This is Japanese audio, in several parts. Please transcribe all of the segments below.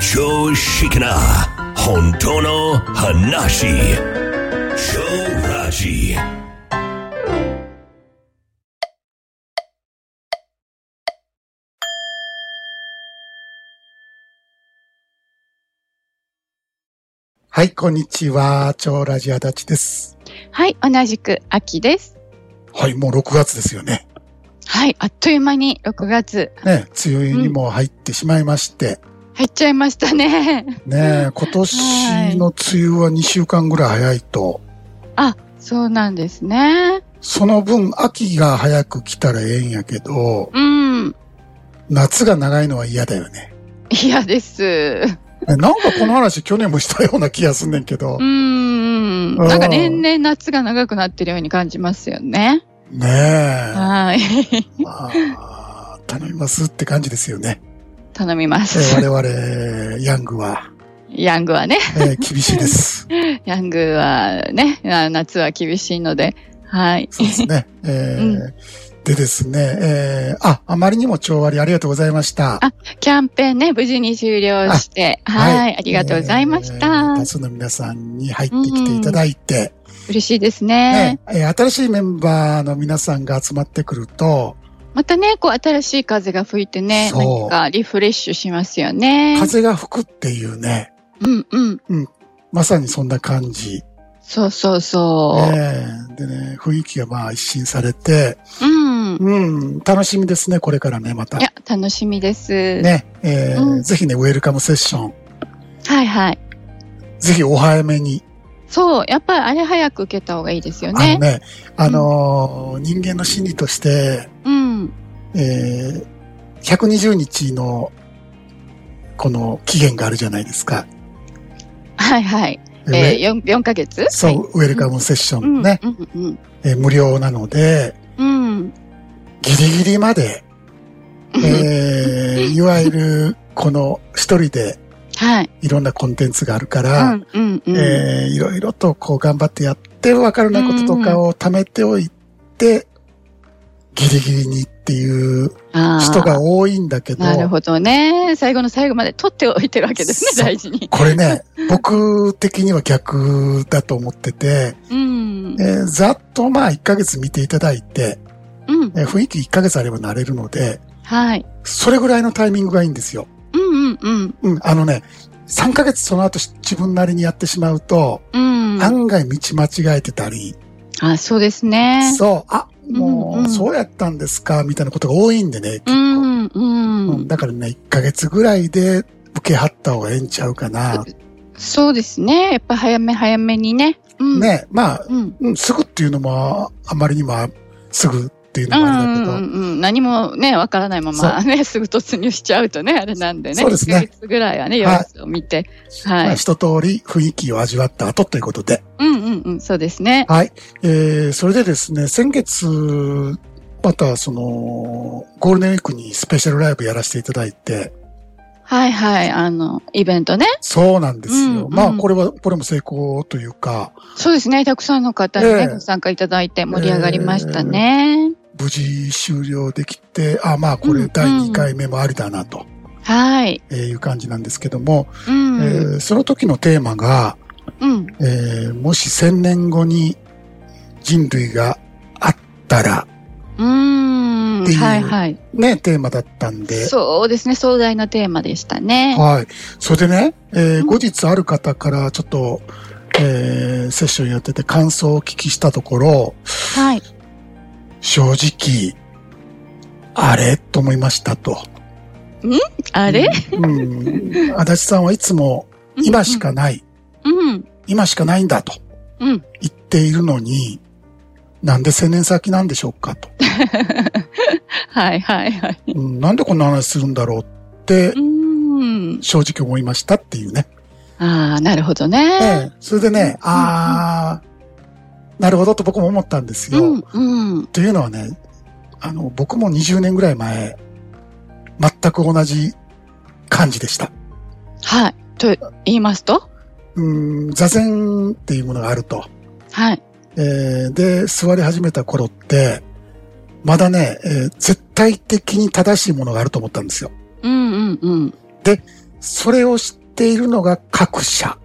常識な本当の話超ラジはい、こんにちは。超ラジア立ちです。はい、同じく秋です。はい、もう6月ですよね。はい、あっという間に6月ね、梅雨にも入ってしまいまして。入っちゃいましたね。 ね、今年の梅雨は2週間ぐらい早いと、あ、そうなんですね。その分秋が早く来たらええんやけど、うん、夏が長いのは嫌だよね。嫌です。ねなんかこの話去年もしたような気がすんねんけどう、ん、なんか年々夏が長くなってるように感じますよね。ねえ、はい、 まあ、頼みますって感じですよね。頼みまえす。ー我々、ヤングは、ヤングはね、えー厳しいです。ヤングはね、あ夏は厳しいので、はい。そうです ね。えーうでですね、えーあ、あまりにも調和りありがとうございました。あキャンペーンね、無事に終了して、はい、ありがとうございました。えー多数の皆さんに入ってきていただいて、嬉しいですねね。えー新しいメンバーの皆さんが集まってくると、またね、こう新しい風が吹いてね、そなうんかリフレッシュしますよね。風が吹くっていうね、うんうん。まさにそんな感じ。そうそうそう。えーでね、雰囲気がまあ一新されて、うん。うん、楽しみですね、これからね、またい。や、楽しみです。ね、えーうんぜひね、ウェルカムセッション、はいはい。ぜひお早めにそう、やっぱりあれ早く受けた方がいいですよあのね。ね、あのー人間の心理として、うん。えー120日の、この期限があるじゃないですか。はいはい。えー、で 4, 4ヶ月そう、はいウェルカムセッショうん。ンね、うんうんえー無料なので、うん。うん。ギリギリまで、えーいわゆる、この一人ではい。いろんなコンテンツがあるかうら、んうんうん。えーいろいろとこう頑張ってやって、わからないこととかを貯めておいて、ギリギリにっていうあー人が多いんだけど、なるほどね。最後の最後まで取っておいてるわけですね、そう大事に。これね、僕的には逆だと思ってて、うんえ。ーざっとまあ1ヶ月見ていただいて、うん。えー雰囲気1ヶ月あれば慣れるので、はい。それぐらいのタイミングがいいんですよ。うんうんうん。うん、あのね、3ヶ月その後し自分なりにやってしまうと、うん。案外道間違えてたり、あ、そうですね。そう、あ、もうんう、うんそうやったんですか、みたいなことが多いんでね、結構。うん、うん、うんだからね、1ヶ月ぐらいで受け張った方がええんちゃうかな。そうですね。やっぱ早め早めにね。うん。。ね、まあ、うん。うん、すぐっていうのも、あまりにもあすぐっていううのもあれだけんど、うんうん、何もね、わからないままね、すぐ突入しちゃうとね、あれなんでね。そうですね1ヶ月ぐらいはね、様子を見て。まはあ、い。一通り雰囲気を味わった後ということで、うんうんうん、そうですね。はい。えー、それでですね、先月、またその、ゴールデンウィークにスペシャルライブやらせていただいて、はいはい、あの、イベントね。そうなんですよ。うんうんまあ、これは、これも成功というか、そうですね。たくさんの方にね、ええご参加いただいて盛り上がりましたね。無事終了できて、あ、まあ、これ第2回目もありだな、とはい。いう感じなんですけども、うん。えーその時のテーマが、うん。えーもし千年後に人類があったら、うん。はいはい。ね、テーマだったんで、そうですね。壮大なテーマでしたね。はい。それでね、えーうん後日ある方からちょっと、えーセッションやってて感想をお聞きしたところ、はい。正直、あれと思いましたと。あれ、うん。うん足立さんはいつも、今しかない、うん。今しかないんだとうん。言っているのに、なんで千年先なんでしょうかと。はいはいはい。うん、なんでこんな話するんだろうってう、ーん。正直思いましたっていうね。ああ、なるほどね。ええ、それでね、うんうんあー、なるほどと僕も思ったんですよ。うん、うん。というのはね、あの、僕も20年ぐらい前、全く同じ感じでした。はい。と言いますとうん、座禅っていうものがあると。はい。えーで、座り始めた頃って、まだね、えー絶対的に正しいものがあると思ったんですよ。うん、うん、うん。それを知っているのが各社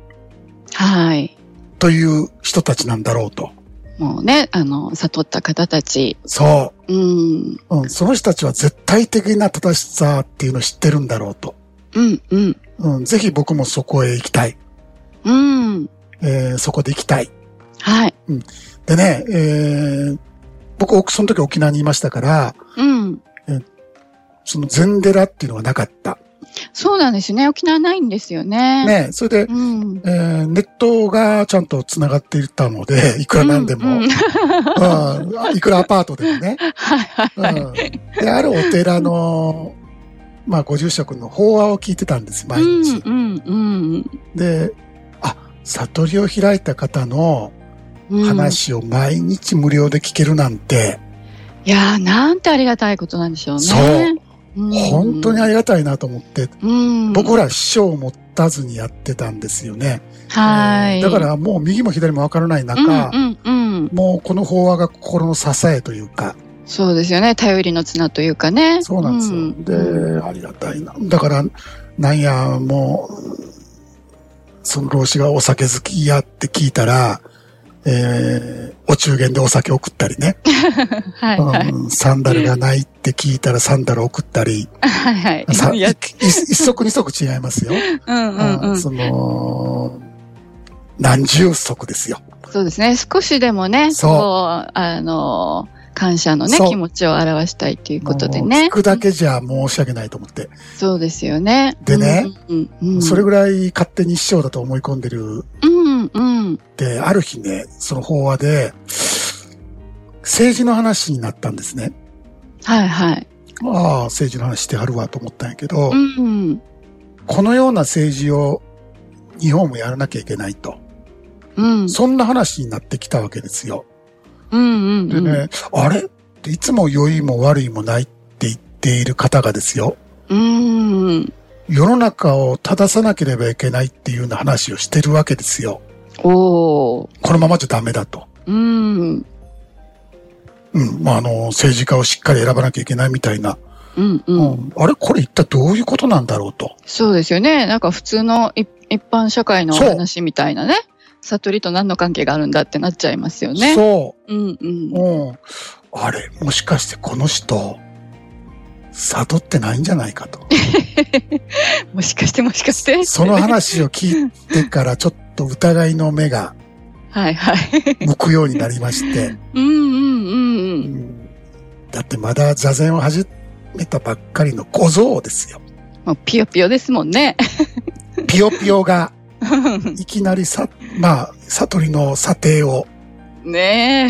はい。という人たちなんだろうと。もうね、あの、悟った方たち。そうん。う。うん、その人たちは絶対的な正しさっていうのを知ってるんだろうと。うん、うん。うん、ぜひ僕もそこへ行きたい。うん。えーそこで行きたい。はい。でね、えー僕、おその時沖縄にいましたから、うん。その禅寺っていうのはなかった。そうなんですね。沖縄ないんですよね。。ね、それで、うん。えーネットがちゃんと繋がっていたので、いくらなんでも、うんうんうんいくらアパートでもね、はいはいうんで、あるお寺の、まあ、ご住職の法話を聞いてたんです、毎日。うんうんで、あ、悟りを開いた方のうん。話を毎日無料で聞けるなんて、うん。いやー、なんてありがたいことなんでしょうね。う。本当にありがたいなと思って、うん。僕ら師匠を持たずにやってたんですよね。はい。だか、らもう右も左もわからない中、うんうんうん。もうこの法話が心の支えというか、そうですよね。頼りの綱というかね。そうなんですよ。で、ありがたいな。だから、なんや、もう、その老子がお酒好きやって聞いたら、えー、お中元でお酒送ったりね、うんはいはい。うんサンダルがないって聞いたらサンダル送ったり、はいさはい。いいや、一足二足違いますよ。うんうんう。うんんそその、何十足ですよ。うですね。少しでもね、そうこう、あの、感謝のね、そう気持ちを表したいということでもうね聞。くだけじゃ申し訳ないと思って。そうですよね。でねうんうんうん。それぐらい勝手に師匠だと思い込んでるうんうん。で、ある日ね、その法話で、政治の話になったんですね。はいはい。ああ、政治の話してはるわと思ったんやけど、うんこのような政治を日本もやらなきゃいけないと。うん。そんな話になってきたわけですよ。うんうんでうん。ね、あれっていつも良いも悪いもないって言っている方がですよ。うん。世の中を正さなければいけないっていうような話をしてるわけですよ。おー。このままじゃダメだと。うん。うん。まあ、あの、政治家をしっかり選ばなきゃいけないみたいなうんう。うんん、あれこれ一体どういうことなんだろうと。そうですよね。なんか普通の一一般社会のおそう話みたいなね。悟りと何の関係があるんだってなっちゃいますよね。そうんうんう。。うん。あれ、もしかしてこの人、悟ってないんじゃないか と。もしかしてもしかして。そ の話を聞いてからちょっと疑いの目がはいはい。向くようになりまして。うんうんうんう。うんんだってまだ座禅を始めたばっかりの小僧ですよ。もうピヨピヨですもんね。 ピヨピヨがうんいきなりさ、まあ、悟りの査定をねえ。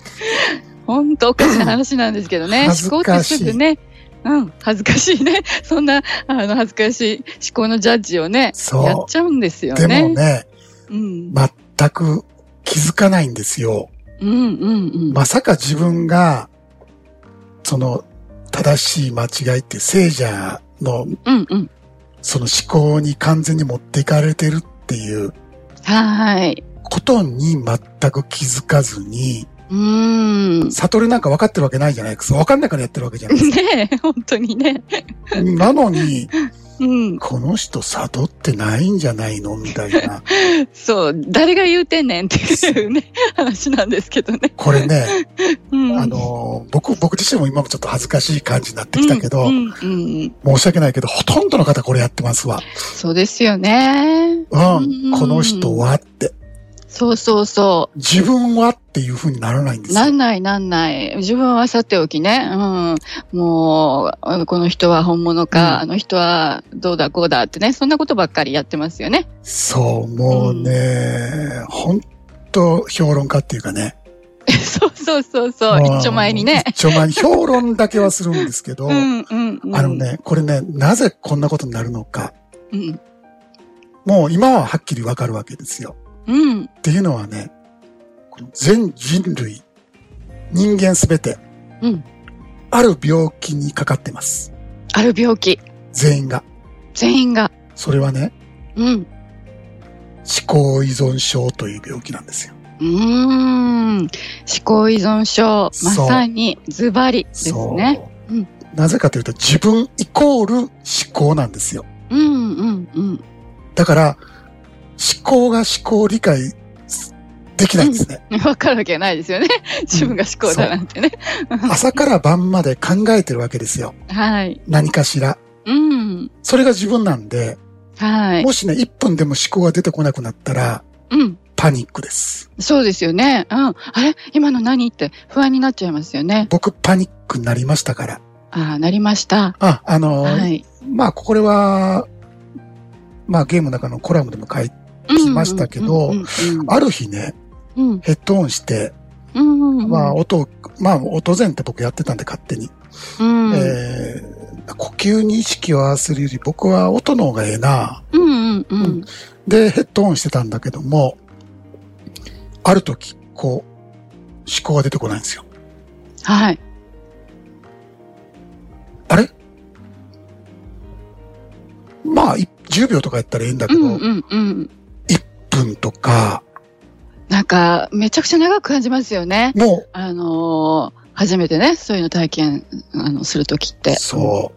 ほんとおかしな話なんですけどね。恥ず思考ってかしいすぐね。うん、恥ずかしいね。 そんな、あの、恥ずかしい思考のジャッジをね、そうやっちゃうんですよでね。もね、うん。全く気づかないんですよ。うんうんうん。まさか自分が、その、正しい間違いって、聖者の、うんうん。その思考に完全に持っていかれてるっていうはい。ことに全く気づかずに、うーん。悟りなんか分かってるわけないじゃないですか。分かんないからやってるわけじゃないです ねえ、本当にね。 か。なのに、うん。この人悟ってないんじゃないのみたいな。そう、誰が言うてんねんっていうね、 話なんですけどね。これね、うん。あの、僕、僕自身も今もちょっと恥ずかしい感じになってきたけど、うんうんうん。申し訳ないけど、ほとんどの方これやってますわ。そうですよね。うん、この人はって。そうそうそ自分はっていう風にならないんでう。すよ。なんないなんない。自分はさておきね。うん。もうあの、この人は本物か、うんあの人はどうだこうだってね、そんなことばっかりやってますよね。 そう、もうね、本当評論家っていうかね。そうそうそうそう。一丁前にね。一丁前に評論だけはするんですけど、うんうんうん。あの。ね、これね、なぜこんなことになるのか、うん。もう今ははっきりわかるわけですよ。うん。っていうのはね、この全人類、人間すべて、うんある病気にかかってます。ある病気。全員が。全員が。それはね、うん。思考依存症という病気なんですよ。うーん。思考依存症。まそうさに、ズバリですね。そううんなぜかというと自分イコール思考なんですよ。うんうんうん。 だから、思考が思考を理解できないんですね。わかるわけないですよね。自分が思考だなんてね。朝から晩まで考えてるわけですよ。はい。何かしら。うん。それが自分なんで、はい。もしね、1分でも思考が出てこなくなったら、うん。パニックです。そうですよね。うん。あれ今の何って不安になっちゃいますよね。僕、パニックになりましたから。ああ、なりました。あ、あの、はい。まあ、これは、まあ、ゲームの中のコラムでも書いて、きましたけどうんうんある日ね、うんヘッドオンして、うんうんうん。まあ、音を、まあ、音前って僕やってたんで、勝手に。うん、えー呼吸に意識を合わせるより僕は音の方がええな。うんうんうん。で、ヘッドオンしてたんだけども、ある時、こう、思考が出てこないんですよ。はい。あれまあ、い10秒とかやったらいいんだけうど、んうんうん。 1分とか、なんか、めちゃくちゃ長く感じますよね。もあのー初めてね、そういうの体験、あの、するときっう、て。そ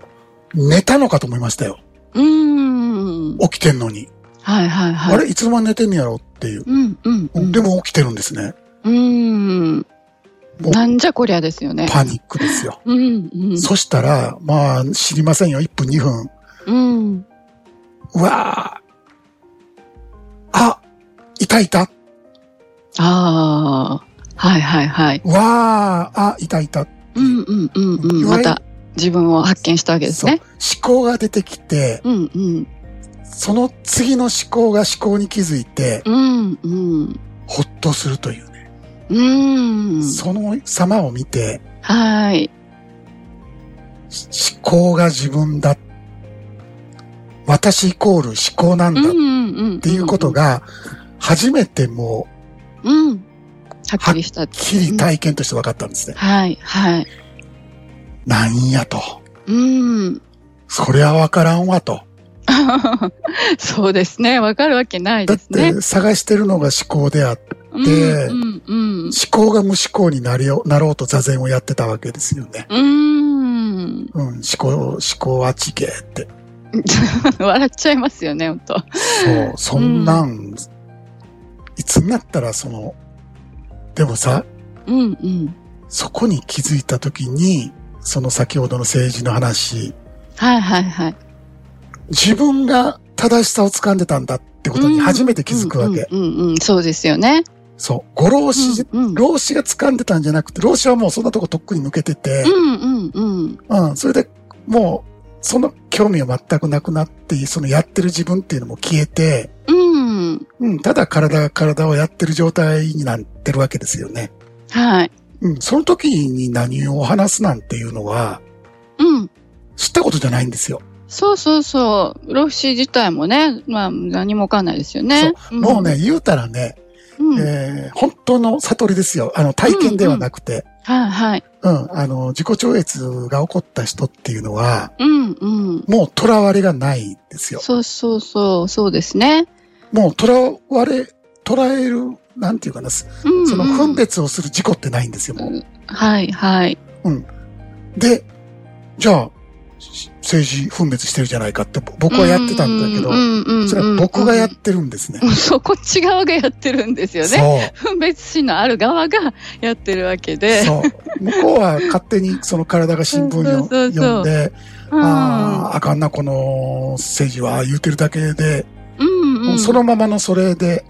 う、寝たのかと思いましたよ。う。うん。起きてんのに。はいはいはい。あれいつの間に寝てんのやろっていう。うんうんうん。でも起きてるんですね。うん。もうなんじゃこりゃですよね。パニックですよ。うんうん。そしたら、まあ、知りませんよ。1分、2分。うん。うわーあいたいたああ。はいはいはい。うわーあいたいた、うんうんうんういわゆん。まるた自分を発見したわけですそうね思。考が出てきて、うんうん。その次の思考が思考に気づいて、うんうん。ほっとするというね。うん。その様を見て、はい。し思考が自分だ。私イコール思考なんだっっていうこと。が、初めてもう、うん。はっきりした。きり体験として分かったんですね。はい、はい。なんやと。うん。そりゃ分からんわと。 そうですね。わかるわけないだでっすね。て探してるのが思考であっててうん、うん、思考が無思考になりよなろうと座禅をやってたわけですよね。うん。 うん、思考、思考はちげえって。うん。笑っちゃいますよね、本当。そう、そんなん、いつになったらその、でもさ、うん、うん。そこに気づいた時に、その先ほどの政治の話、はい、はい、はい。自分が正しさを掴んでたんだってことに初めて気づくわけ。うん、うん、うんそうですよね。そう、ご老子、うん、うん、老子が掴んでたんじゃなくて、老子はもうそんなとことっくに抜けてて、うん、うん。うん、それでもう、その興味は全くなくなって、そのやってる自分っていうのも消えて、うん。うん、ただ体が体をやってる状態になってるわけですよね。はい。うん、その時に何を話すなんていうのは、うん。知ったことじゃないんですよ。そうそうそう。ロフシー自体もね、まあ、何もわかんないですよね。んもうね、、言うたらね、うんえー本当の悟りですよ。あの、体験ではなくて、はい、はい。うん、あの、自己超越が起こった人っていうのは、うん、うん。もう囚われがないんですよ。そうそうそう、そうですね。もう囚われ、捉える、なんていうかな、うんうんその分別をする事故ってないんですよ、もう。はい、はい。で、じゃあ、し政治分別してるじゃないかって、ぼ僕はやってたんだけど、どそれは僕がやっってるんですね。そこっち側がやってるんですよね。そ分別心のある側がやってるわけう。で。そう。向こうは勝手にその体が新聞よそうそうそう読んで、うんああ、あかんな、この政治は言うてるだけで、うんうん、そのままのそれで、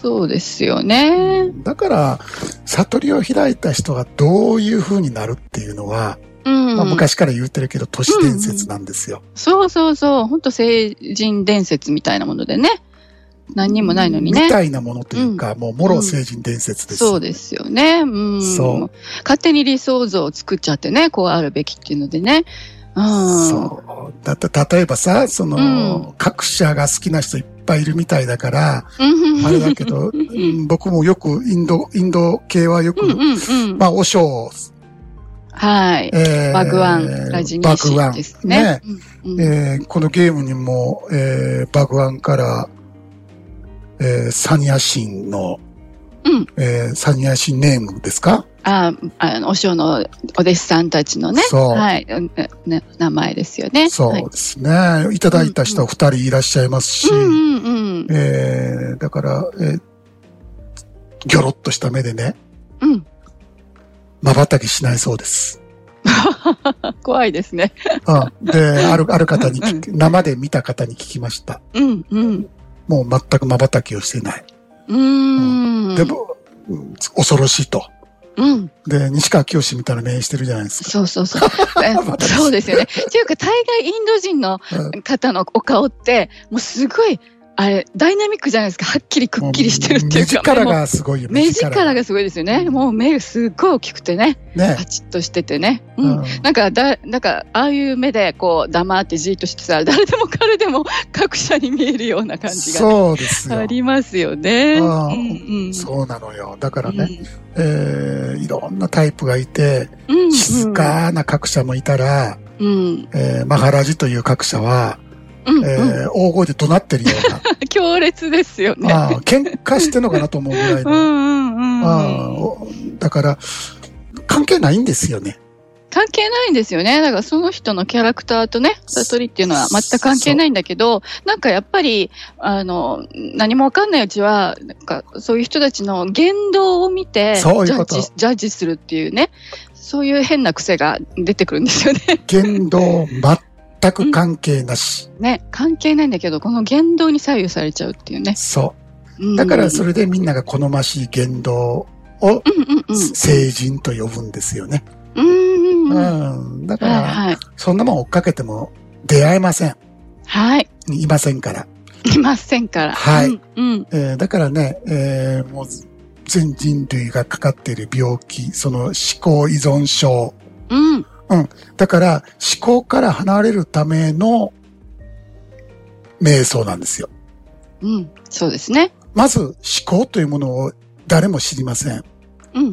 そうですよね。だから、悟りを開いた人がどういう風になるっていうのは、うん、まあ、昔から言うてるけど、都市伝説なんですよ。そうそうそう。本当成人伝説みたいなものでね。何にもないのにねみ。たいなものというか、もう、もろ成人伝説です。そうですよね。うん。そう勝手に理想像を作っちゃってね、こうあるべきっていうのでね。うん。そう。だって、例えばさ、その、各社が好きな人いっぱいいるみたいだから、うん。あれだけど、 うん僕もよくインド、インド系はよく、うんうんうん。まあ、和尚、はい。えーバグワン、ラジニバグワシンですね。。うんうんえーこのゲームにも、えーバグワンから、えーサニアシンの、うん。えー、サニヤシネームですかあ、あの、お師匠のお弟子さんたちのね、そうはい、うんね、名前ですよね。そはい。うですね。い、ただいた人は二人いらっしゃいますし、うんうんうん。えー、だから、えー、ギョロッとした目でね、うん。瞬きしないそうです。怖いですね。うん、で、ある、ある方に聞き、生で見た方に聞きました。うんうん。もう全く瞬きをしてない。うーん。で、も、うん恐ろしいと。うん。で、西川清みたいな面してるじゃないですか。そうそ うそう。えまたそうですよね。っていうか、大概インド人のうん方のお顔って、もうすごい、あれ、ダイナミックじゃないですか。はっきりくっきりしてるっていうか。も目力もうがすごいよ。目力がすごいですよね。もう目がすっごい大きくてね。ねパ。チッとしててね。ううんん。なんかだ、なんか、ああいう目で、こう、黙ってじーっとしてたら、 誰でも彼でも各社に見えるような感じがそうですあよ。りますよね。うあーんうん。そうなのよ。だからうんね、えーいろんなタイプがいて、うんうん静かな各社もいたら、うん。えーマハラジという各社は、うん、えうんー大声で怒鳴ってるような、 強烈ですよね。 まあ、喧嘩してんのかなと思うぐらいうんうの、んうんあーおだから、関係ないんですよね。関係ないんですよね。だからその人のキャラクターとね、悟りっていうのは全く関係ないんだけど、なんかやっぱり、あの、何もわかんないうちは、なんかそういう人たちの言動を見て、そういうことジャッジジャッジするっていうね、そういう変な癖が出てくるんですよね。 言動全く関係なし。ね、関係ないんだけど、この言動に左右されちゃうっていうね。そうう。んだからそれでみんなが好ましい言動をうんうんうん。成人と呼ぶんですよね。うんうんうん。はいうん。だから、はい。そんなもん追っかけても出会えません。はい。いませんから。いませんから。はいうんうん。えーだからね、えーもう全人類がかかっている病気、その思考依存症。うん。だから思考から離れるための瞑想なんですよ。うん。そうですね。まず思考というものを誰も知りません。うんう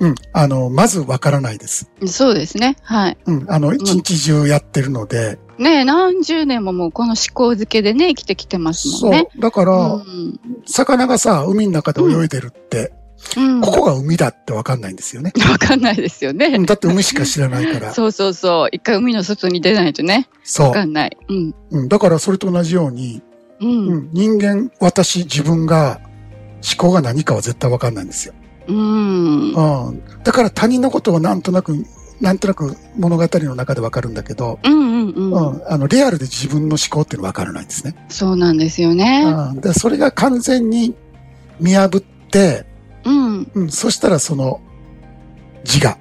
うん。あの、まずわからないです。ん。そうですね。はい。うん。あの、一日中やってるので。ねえ、何十年ももうこの思考づけでね、生きてきてますもそんうね。。だから、うん魚がさ、海の中で泳いでるって、うん。ここが海だってわかんないんですよね。わかんないですようねん。だって海しか知らないから。そうそうそう。一回海の外に出ないとね、そわうか。んない。うん。うん。だからそれと同じように、う。うんん、人間、私、自分が、思考が何かは絶対わかんないんですよ。うん。うん。だから他人のことをなんとなく、なんとなく物語の中でわかるんだけど、うんうんううん。ん。あの、リアルで自分の思考っていうのはわからないんですね。そうなんですよね。うん。で、それが完全に見破って、うん。うん。そしたらその、自我、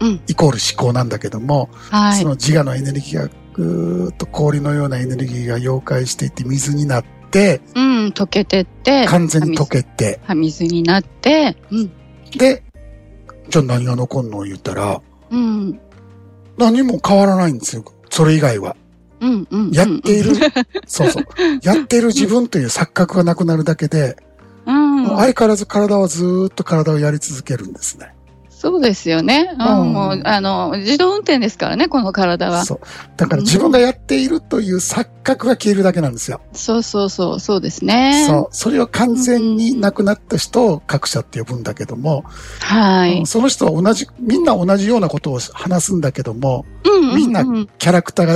うん。イコール思考なんだけども、はそい。の自我のエネルギーが、ぐーっと氷のようなエネルギーが溶解していって水になって、うん。溶けてって。完全に溶けて、は水になって。うん。で、じゃあ何が残んの言ったら、うん。何も変わらないんですよ。それ以外は。うん。うん。やってい る、そうそう。やっている自分という錯覚がなくなるだけで、うん。うん。相変わらず体はずーっと体をやり続けるんですね。そうですよね。うん。うんもう、あの、自動運転ですからね、この体は。そう。だから自分がやっているという錯覚が消えるだけなんですよ。そうそうそう、そうですね。そう。それは完全になくなった人を各社って呼ぶんだけども、はういん。その人は同じ、みんな同じようなことを話すんだけども、うんみんなうん、キャラクター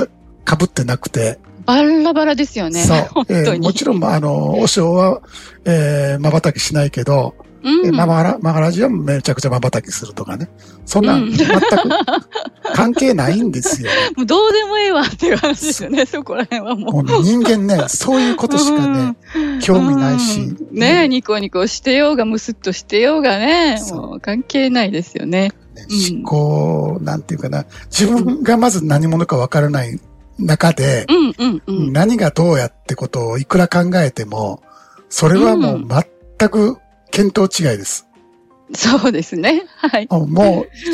が被ってなくて、バラバラですよね。そう 本。え当ーに。もちろん、まああの、お尚は、えー、瞬きしないけど、うえん、マガラ、マガラジはめちゃくちゃ瞬きするとかね。そんな、うんん全く関係ないんです よ。もうどうでもええわっていう話ですよね、そこら辺はもう。もう人間 ね、そういうことしかね、興味ないしうん。ねえ、ニコニコしてようが、ムスッとしてようがね、そうもう関係ないですよね。うん思考、なんていうかな、自分がまず何者かわからない中で、うんうんうん。何がどうやってことをいくら考えても、それはもう全く見当違いです。そうですね。はい。もう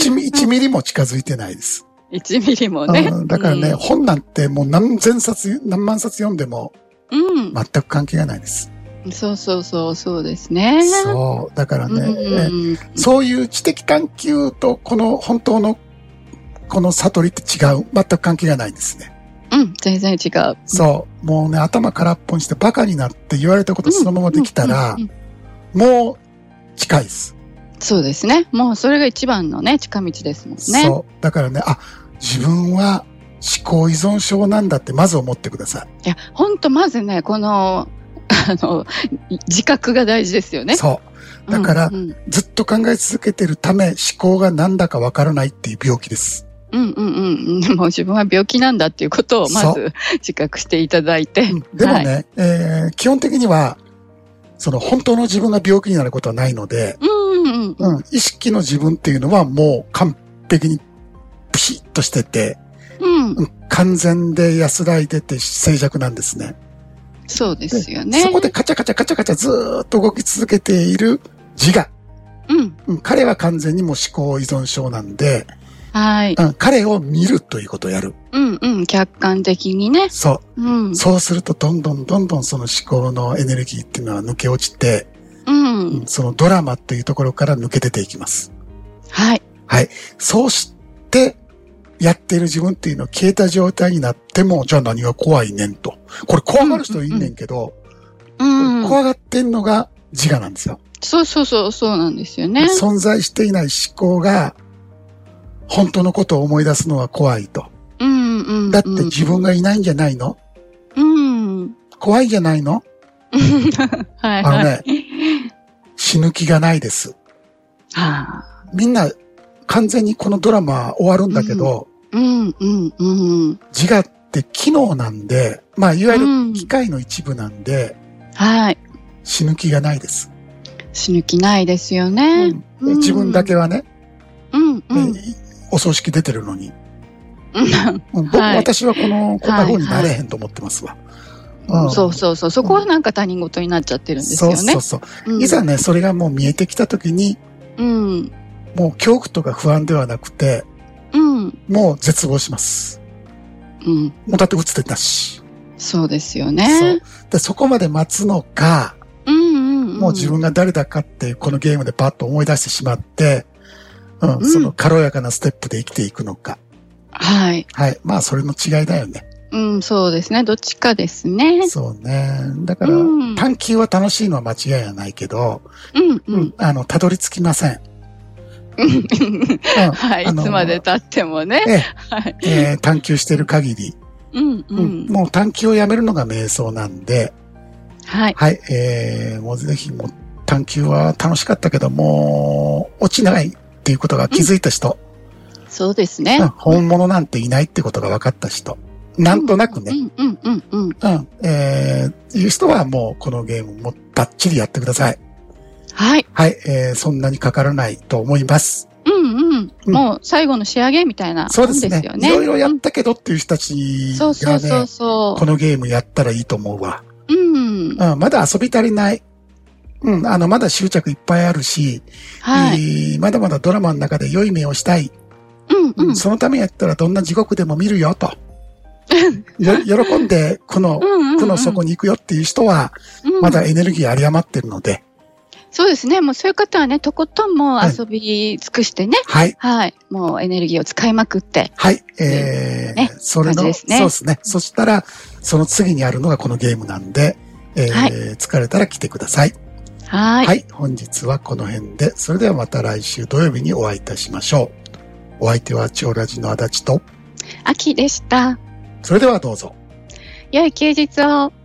1ミ1ミリも 近づいてないです。 1ミリも ねう。んだからね、うん本なんてもう何千冊、何万冊読んでもうん。全く関係がないです。そうそうそう、そうですね。そう。だからうね、えーん。そういう知的探求とこの本当のこの悟りって違う。全く関係がないんですね。うん、全然違う。そう。もうね、頭空っぽにしてバカになって言われたことそのままできたらうん、もう近いです。そうですね。もうそれが一番のね、近道ですもんね。そう。だからね、あ、自分は思考依存症なんだってまず思ってくださいや、ほんとまずね、この、あの、自覚が大事ですよねい。。そう。だからう、んうんずっと考え続けてるため、思考がなんだかわからないっていう病気です。うんうんうん。もう自分は病気なんだっていうことをまそず自覚していただいて。でもね、はえー基本的には、その本当の自分が病気になることはないので、うんうんうん。うん、意識の自分っていうのはもう完璧にピシッとしてて、うん。うん完全で安らいでて静寂なんですね。そうですよね。そこでカチャカチャカチャカチャずーっと動き続けている自我。うん。うん、彼は完全にもう思考依存症なんで、はい。うん、彼を見るということをやる。うんうん。客観的にね。そう。うん。そうすると、どんどんどんどんその思考のエネルギーっていうのは抜け落ちて、うん。そのドラマっていうところから抜け出ていきます。はい。そうして、やってる自分っていうのを消えた状態になっても、じゃあ何が怖いねんと。これ怖がる人いんねんけど、うん。怖がってんのが自我なんですよ。そうそうそう、そうなんですよね。存在していない思考が、本当のことを思い出すのは怖いと。うんうんうん。だって自分がいないんじゃないのうん。怖いんじゃないのはあいのはい。ね、死ぬ気がないです。はあみんな完全にこのドラマ終わるんだけど、 うんうんうん。自我って機能なんで、まあ、いわゆうるん機械の一部なんで、はい。死ぬ気がないです。死ぬ気ないですよね。うんうん自分だけはね、うんうん。ねお葬式出てるのに。うん僕、はい私はこの、こんな風になれへんと思ってますわ。うんそうそうそう。そこはなんか他人事になっちゃってるんですそようね。そうそう。うんいざね、それがもう見えてきた時に、うん。もう恐怖とか不安ではなくて、うん。もう絶望します。うん。もうだって打つ手なし。そうですよそうね。で、そこまで待つのか、うんうんうん。もう自分が誰だかっていうこのゲームでパッと思い出してしまって、うん、うんその軽やかなステップで生きていくのか。はい。はい。まあ、それの違いだよね。うん、そうですね。どっちかですね。そうね。だから、うん。探求は楽しいのは間違いはないけど、うんうん。あの、たどり着きませ ん。はい。あいのつまで経ってもね。ええはい。えー探求してる限り、うんううんん。もう探求をやめるのが瞑想なんで、はい。はい。えー、もうぜひ、もう探求は楽しかったけど、もう、落ちないっていうことが気づいた人、そうですねうん。本物なんていないってことが分かった人。なんとなくうね、んうんうんうん。うん、えー、いう人はもうこのゲームもバッチリやってください。はい。はい、えー、そんなにかからないと思います。うんう。うんんもう最後の仕上げみたいなそうでもんすね。よいろいろやったけどっていう人たちそがうね、そうそうそこのゲームやったらいいと思うわ。う。うん。うん、まだ遊び足りない。うん、あの、まだ執着いっぱいあるし、はい。えーまだまだドラマの中で良い目をしたい。うんうん。そのためやったらどんな地獄でも見る よと。よ喜んで、この、こ苦の底に行くよっていう人は、まだエネルギーあり余ってるので、そうですね。もうそういう方はね、とことんもうはい遊び尽くしてね。はい。はい。もうエネルギーを使いまくって。はい。えーねそれの、感じですねそうですね。そしたら、その次にあるのがこのゲームなんで、えーはい疲れたら来てください。はい。はい。本日はこの辺で、それではまた来週土曜日にお会いいたしましょう。お相手は、チオラジの足立と、秋でした。それではどうぞ。良い休日を。